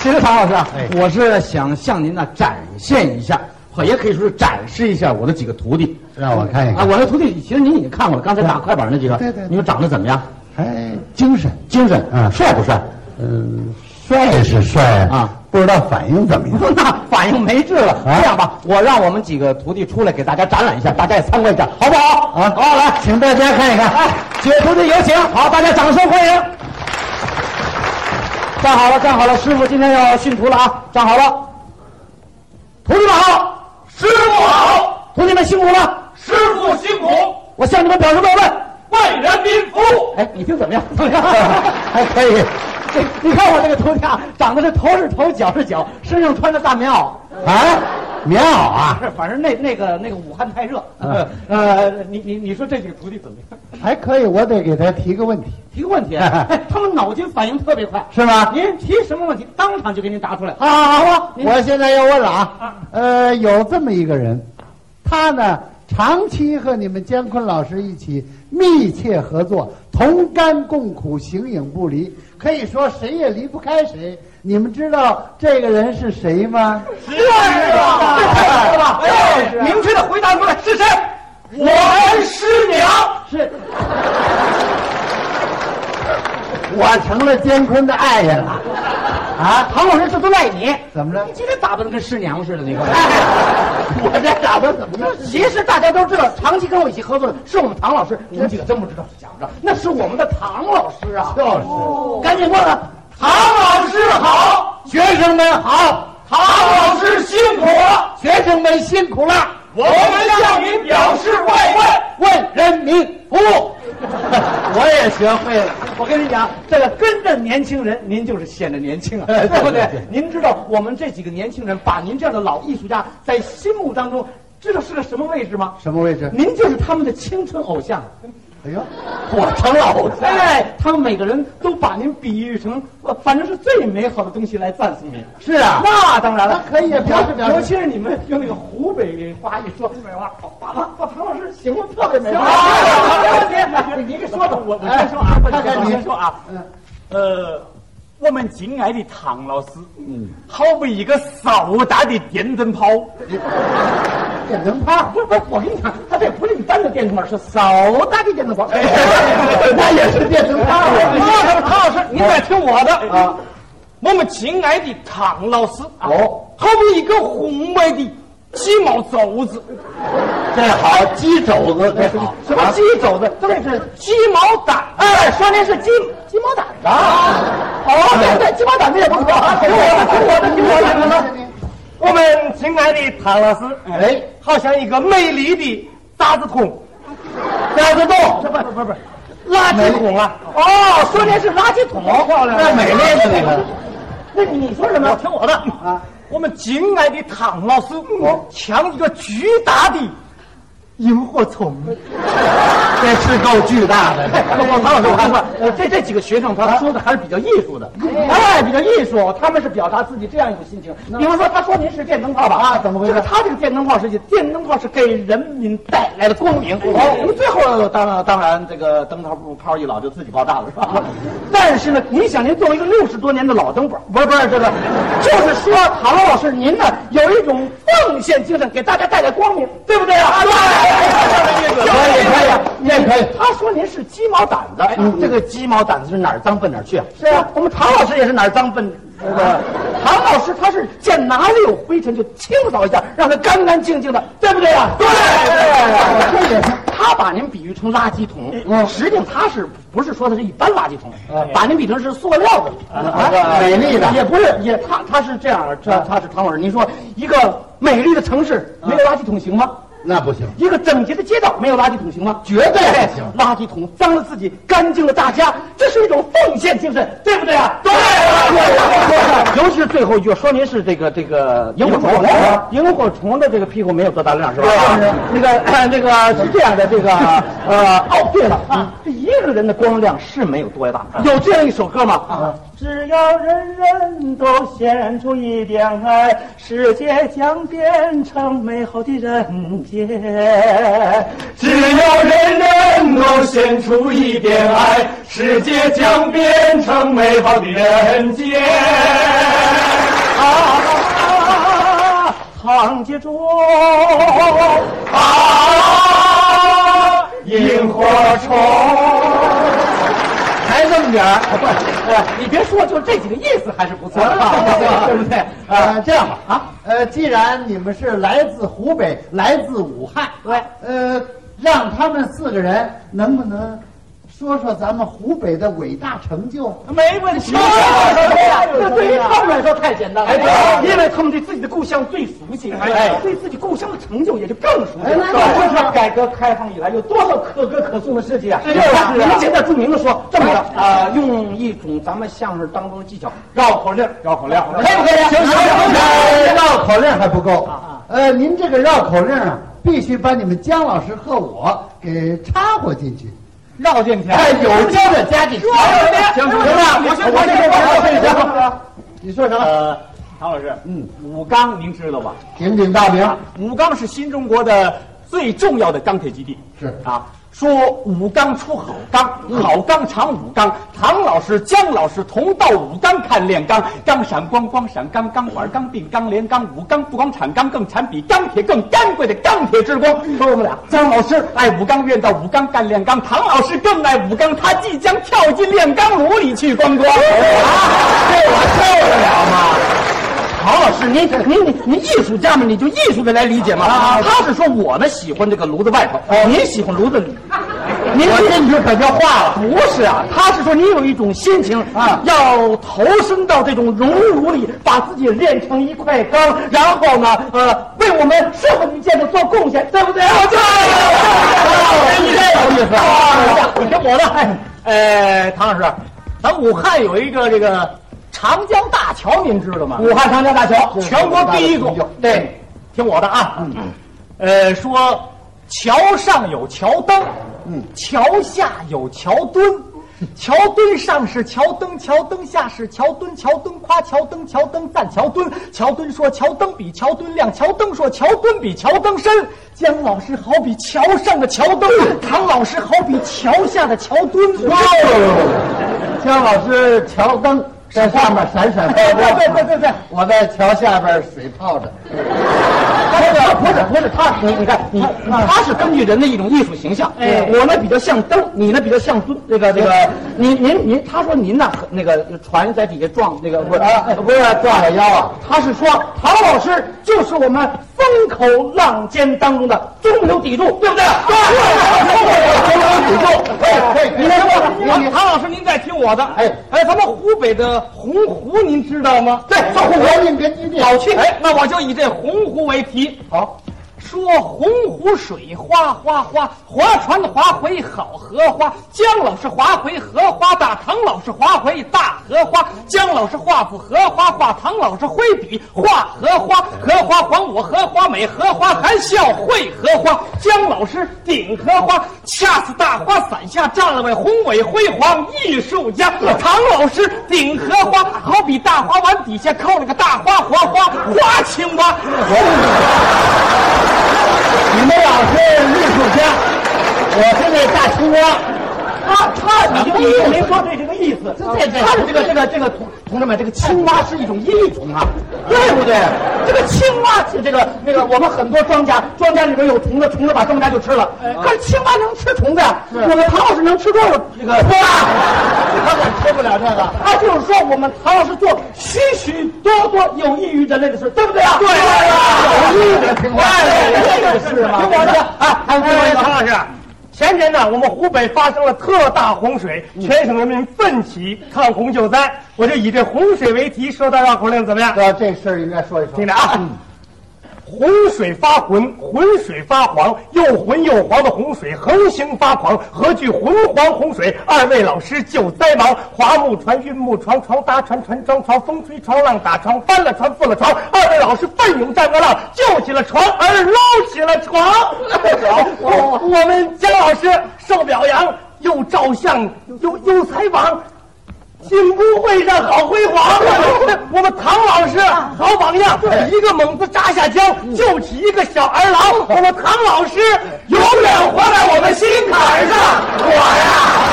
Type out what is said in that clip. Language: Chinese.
其实唐老师啊，哎我是想向您呢、展现一下，或也可以说是展示一下我的几个徒弟。让我看一啊，看，我的徒弟其实您已经看过了，刚才打快板那几个，哎对对对你们长得怎么样？还哎精神，精神，嗯帅不帅？嗯，帅是帅啊，不知道反应怎么样。 那反应没治了。啊这样吧，我让我们几个徒弟出来给大家展览一下，大家也参观一下，好不好？啊好，来，请大家看一看。哎，几位徒弟有请，好，大家掌声欢迎。站好了，站好了，师傅今天要训徒了啊！站好了，徒弟们好，师傅好，徒弟们辛苦了，师傅辛苦，我向你们表示慰问。万人民服。哎，你听怎么样？怎么样？ 还可以。这你看我这个头像，长得是头是头，脚是脚，身上穿着大棉袄。啊，棉袄啊，是，反正那那个那个武汉太热。呃，你你你说这几个徒弟怎么样？还可以，我得给他提个问题，提个问题， 哎，他们脑筋反应特别快。是吗？您提什么问题，当场就给您答出来。啊，好吧，您我现在要问了啊，呃，有这么一个人，他呢长期和你们姜昆老师一起密切合作，同甘共苦，形影不离，可以说谁也离不开谁。你们知道这个人是谁吗？是啊，太好了吧？哎，明确的回答出来是谁？我们师娘。是我成了姜昆的爱人了，啊，唐老师这都赖你，怎么了你？今天打扮的跟师娘似的，你看。哎我这打扮怎么样？其实大家都知道，长期跟我一起合作的是我们唐老师，你们几个真不知道是假不知道，那是我们的唐老师啊！就是赶紧过来，唐老师好，学生们好，唐老师辛苦了，学生们辛苦了，我们向您表示慰问。为人民服务。 我也学会了，我跟你讲，这个跟着年轻人，您就是显得年轻啊，对不对？您知道我们这几个年轻人把您这样的老艺术家在心目当中，知道是个什么位置吗？什么位置？您就是他们的青春偶像，哎呦，我成了偶像。哎，他们每个人都把您比喻成，呃反正是最美好的东西来赞颂您。是啊，那当然了，那可以啊表示表示尤其是你们用那个湖北话一说，湖北话，把把把唐老师形容特别美好。没问题，您说的，我我先说啊，看看我你先说啊，呃，我们敬爱的唐老师，嗯，好比一个硕大的电灯泡，电灯泡，不是不是，我跟你讲，他这不是一般的电灯泡，是扫 大的电灯泡。哎那也是电灯泡 唐啊。老师，您再听我的啊！我们亲爱的唐老师，哦，好比一个宏伟的鸡毛肘子，这好，鸡肘子这好什么鸡肘子？这位是鸡毛掸哎，说您是鸡鸡毛掸子啊？哦，对对，鸡毛掸子也不错。给我的，给我的，给我的，给我的。我们亲爱的唐老师，哎，好像一个美丽的渣子桶，三个洞，不不不不，垃圾桶啊！哦，说您是垃圾桶，漂亮啊那美丽死你了。 那你说什么？我听我的啊！我们敬爱的唐老师，哦像一个巨大的萤火虫。这是够巨大的。我唐老师，我看看，呃，这这几个学生他说的还是比较艺术的，哎，比较艺术，他们是表达自己这样一种心情。比方说，他说您是电灯泡吧？啊怎么回事就是他这个电灯泡是电灯泡是给人民带来的光明。哦，我们最后当然当然这个灯泡不泡一老就自己爆炸了是吧？但是呢，您想您作为一个六十多年的老灯泡，不是不是这个，就是说唐老师您呢有一种奉献精神，给大家带来光明，对不对啊？对，可以可以，这可以。他说您是鸡毛掸子，哎这个鸡毛掸子是哪儿脏奔哪儿去啊？是啊，我们唐老师也是哪儿脏奔。那个 唐老师他是见哪里有灰尘就清扫一下，让它干干净净的，对不对呀、对对这也是他把您比喻成垃圾桶，嗯实际上他是不是说的是一般垃圾桶嗯，把您比成是塑料的，啊美丽的也不是也他他是这样，这他是唐老师，您说一个美丽的城市没有垃圾桶行吗？那不行，一个整洁的街道没有垃圾桶行吗？哎绝对不行。垃圾桶脏了自己，干净了大家，这是一种奉献精神，对不对啊？对啊尤其是最后一句，说您是这个这个萤火虫，萤火虫的这个屁股没有多大量是吧？那个呃那个是这样的，这个呃哦对了啊，这一个人的光亮是没有多大，有这样一首歌吗？只要人人都献出一点爱，世界将变成美好的人间。只要人人都献出一点爱，世界将变成美好的人间。啊，堂姐中，啊，萤火虫。还这么点儿？你别说，就这几个意思还是不错的啊，对不对？呃，啊，这样吧啊，呃，既然你们是来自湖北，来自武汉，对，呃，让他们四个人能不能说说咱们湖北的伟大成就？没问啊题。这对于他们来说太简单了，因为他们对自己的故乡最熟悉，啊哎，对自己故乡的成就也就更熟悉。这是改革开放以来有多少可歌可颂的事迹啊！你们简单著名的说，这么着啊，用一种咱们相声当中的技巧，绕口令，绕口令，可以不可以？啊行呃绕口令还不够呃，您这个绕口令啊，必须把你们姜老师和我给插和进去。绕进去。哎，有姜的加进去。行行我先我先你说什么？呃，唐老师，嗯，武钢您知道吧？啊鼎鼎大名武钢是新中国的最重要的钢铁基地。是啊，说武钢出好钢，好钢长武钢。唐老师、姜老师同到武钢看炼钢，钢闪光，光闪钢，钢管、钢锭、钢连钢。武钢不光产钢，更产比钢铁更珍贵的钢铁之光。说我们俩，姜老师爱武钢，愿到武钢干炼钢；唐老师更爱武钢，他即将跳进炼钢炉里去光光。啊，哎这我受得了吗？陶老师，您您您您艺术家嘛，你就艺术的来理解嘛。他是说我们喜欢这个炉子外头，您喜欢炉子里。您哦进去可就化了。不是啊，他是说你有一种心情啊，要投身到这种熔炉里，把自己炼成一块钢，然后呢，呃，为我们社会的建设做贡献，对不对？对。你这有意思啊！你听我的，哎，呃，唐老师，咱武汉有一个这个长江大桥，您知道吗？武汉长江大桥，全国第一座。对，听我的啊，呃，说桥上有桥灯，嗯，桥下有桥墩。桥墩上是桥灯，桥灯下是桥墩，桥墩夸桥灯，桥灯赞桥墩。桥墩说桥灯比桥墩亮，桥灯说桥墩比桥灯深。姜老师好比桥上的桥灯，唐老师好比桥下的桥墩。哇姜老师桥灯在上面闪闪发光，对对对对对，我在桥下边水泡着。不是不是，他你你看你他是根据人的一种艺术形象，哎我呢比较像灯，你呢比较像尊，这个这个，您您您，他说您呐那个船在底下撞那个不是啊，不是撞我腰啊！他是说唐老师就是我们风口浪尖当中的中流砥柱，对不对？对，中流砥柱。哎对，你来说，你你唐老师，您再听我的。哎哎，咱们湖北的洪湖，您知道吗？对，做护国命根基地，老去。哎，那我就以这洪湖为题。好，说洪湖水哗哗哗，划船的划回好荷花。姜老师划回荷花大，唐老师划回大荷花。姜老师画幅荷花画，唐老师挥笔画荷花。荷花还我荷花美，荷花含笑会荷花。姜老师顶荷花，恰似大花伞下站位宏伟辉煌艺术家。唐老师顶荷花，好比大花碗底下扣了个大花滑花花青蛙。你们老师艺术家，我是那大青蛙。他他，啊你这个意思没说对这个意思，啊他是这个这个这个同同志们，这个青蛙是一种异种啊，对不对？这个青蛙是这个那个，我们很多庄稼，庄稼里边有虫子，虫子把庄稼就吃了。可是青蛙能吃虫子呀？我们唐老师能吃多少这个虫啊？他可吃不了这个。他就是说我们唐老师做许许多多有益于人类的事，对不对啊？对呀，有益于青蛙，这个是吗？听我的啊，还有哎，唐老师，前天呢，我们湖北发生了特大洪水，全省人民奋起抗洪救灾。我就以这洪水为题，说到绕口令怎么样？这这事儿应该说一说听。着啊，洪水发浑，浑水发黄，又浑又黄的洪水横行发狂，何惧浑黄洪水？二位老师救灾忙，划木船、运木船、床搭船、船装床，风吹床浪打床，翻了船覆了床。二位老师奋勇战个浪，救起了船儿，捞起了床。我我们姜老师受表扬，又照相，又又采访。进步会上好辉煌啊！我们唐老师好榜样，一个猛子扎下江，救起一个小儿郎。我们唐老师永远活在我们心坎上。我呀。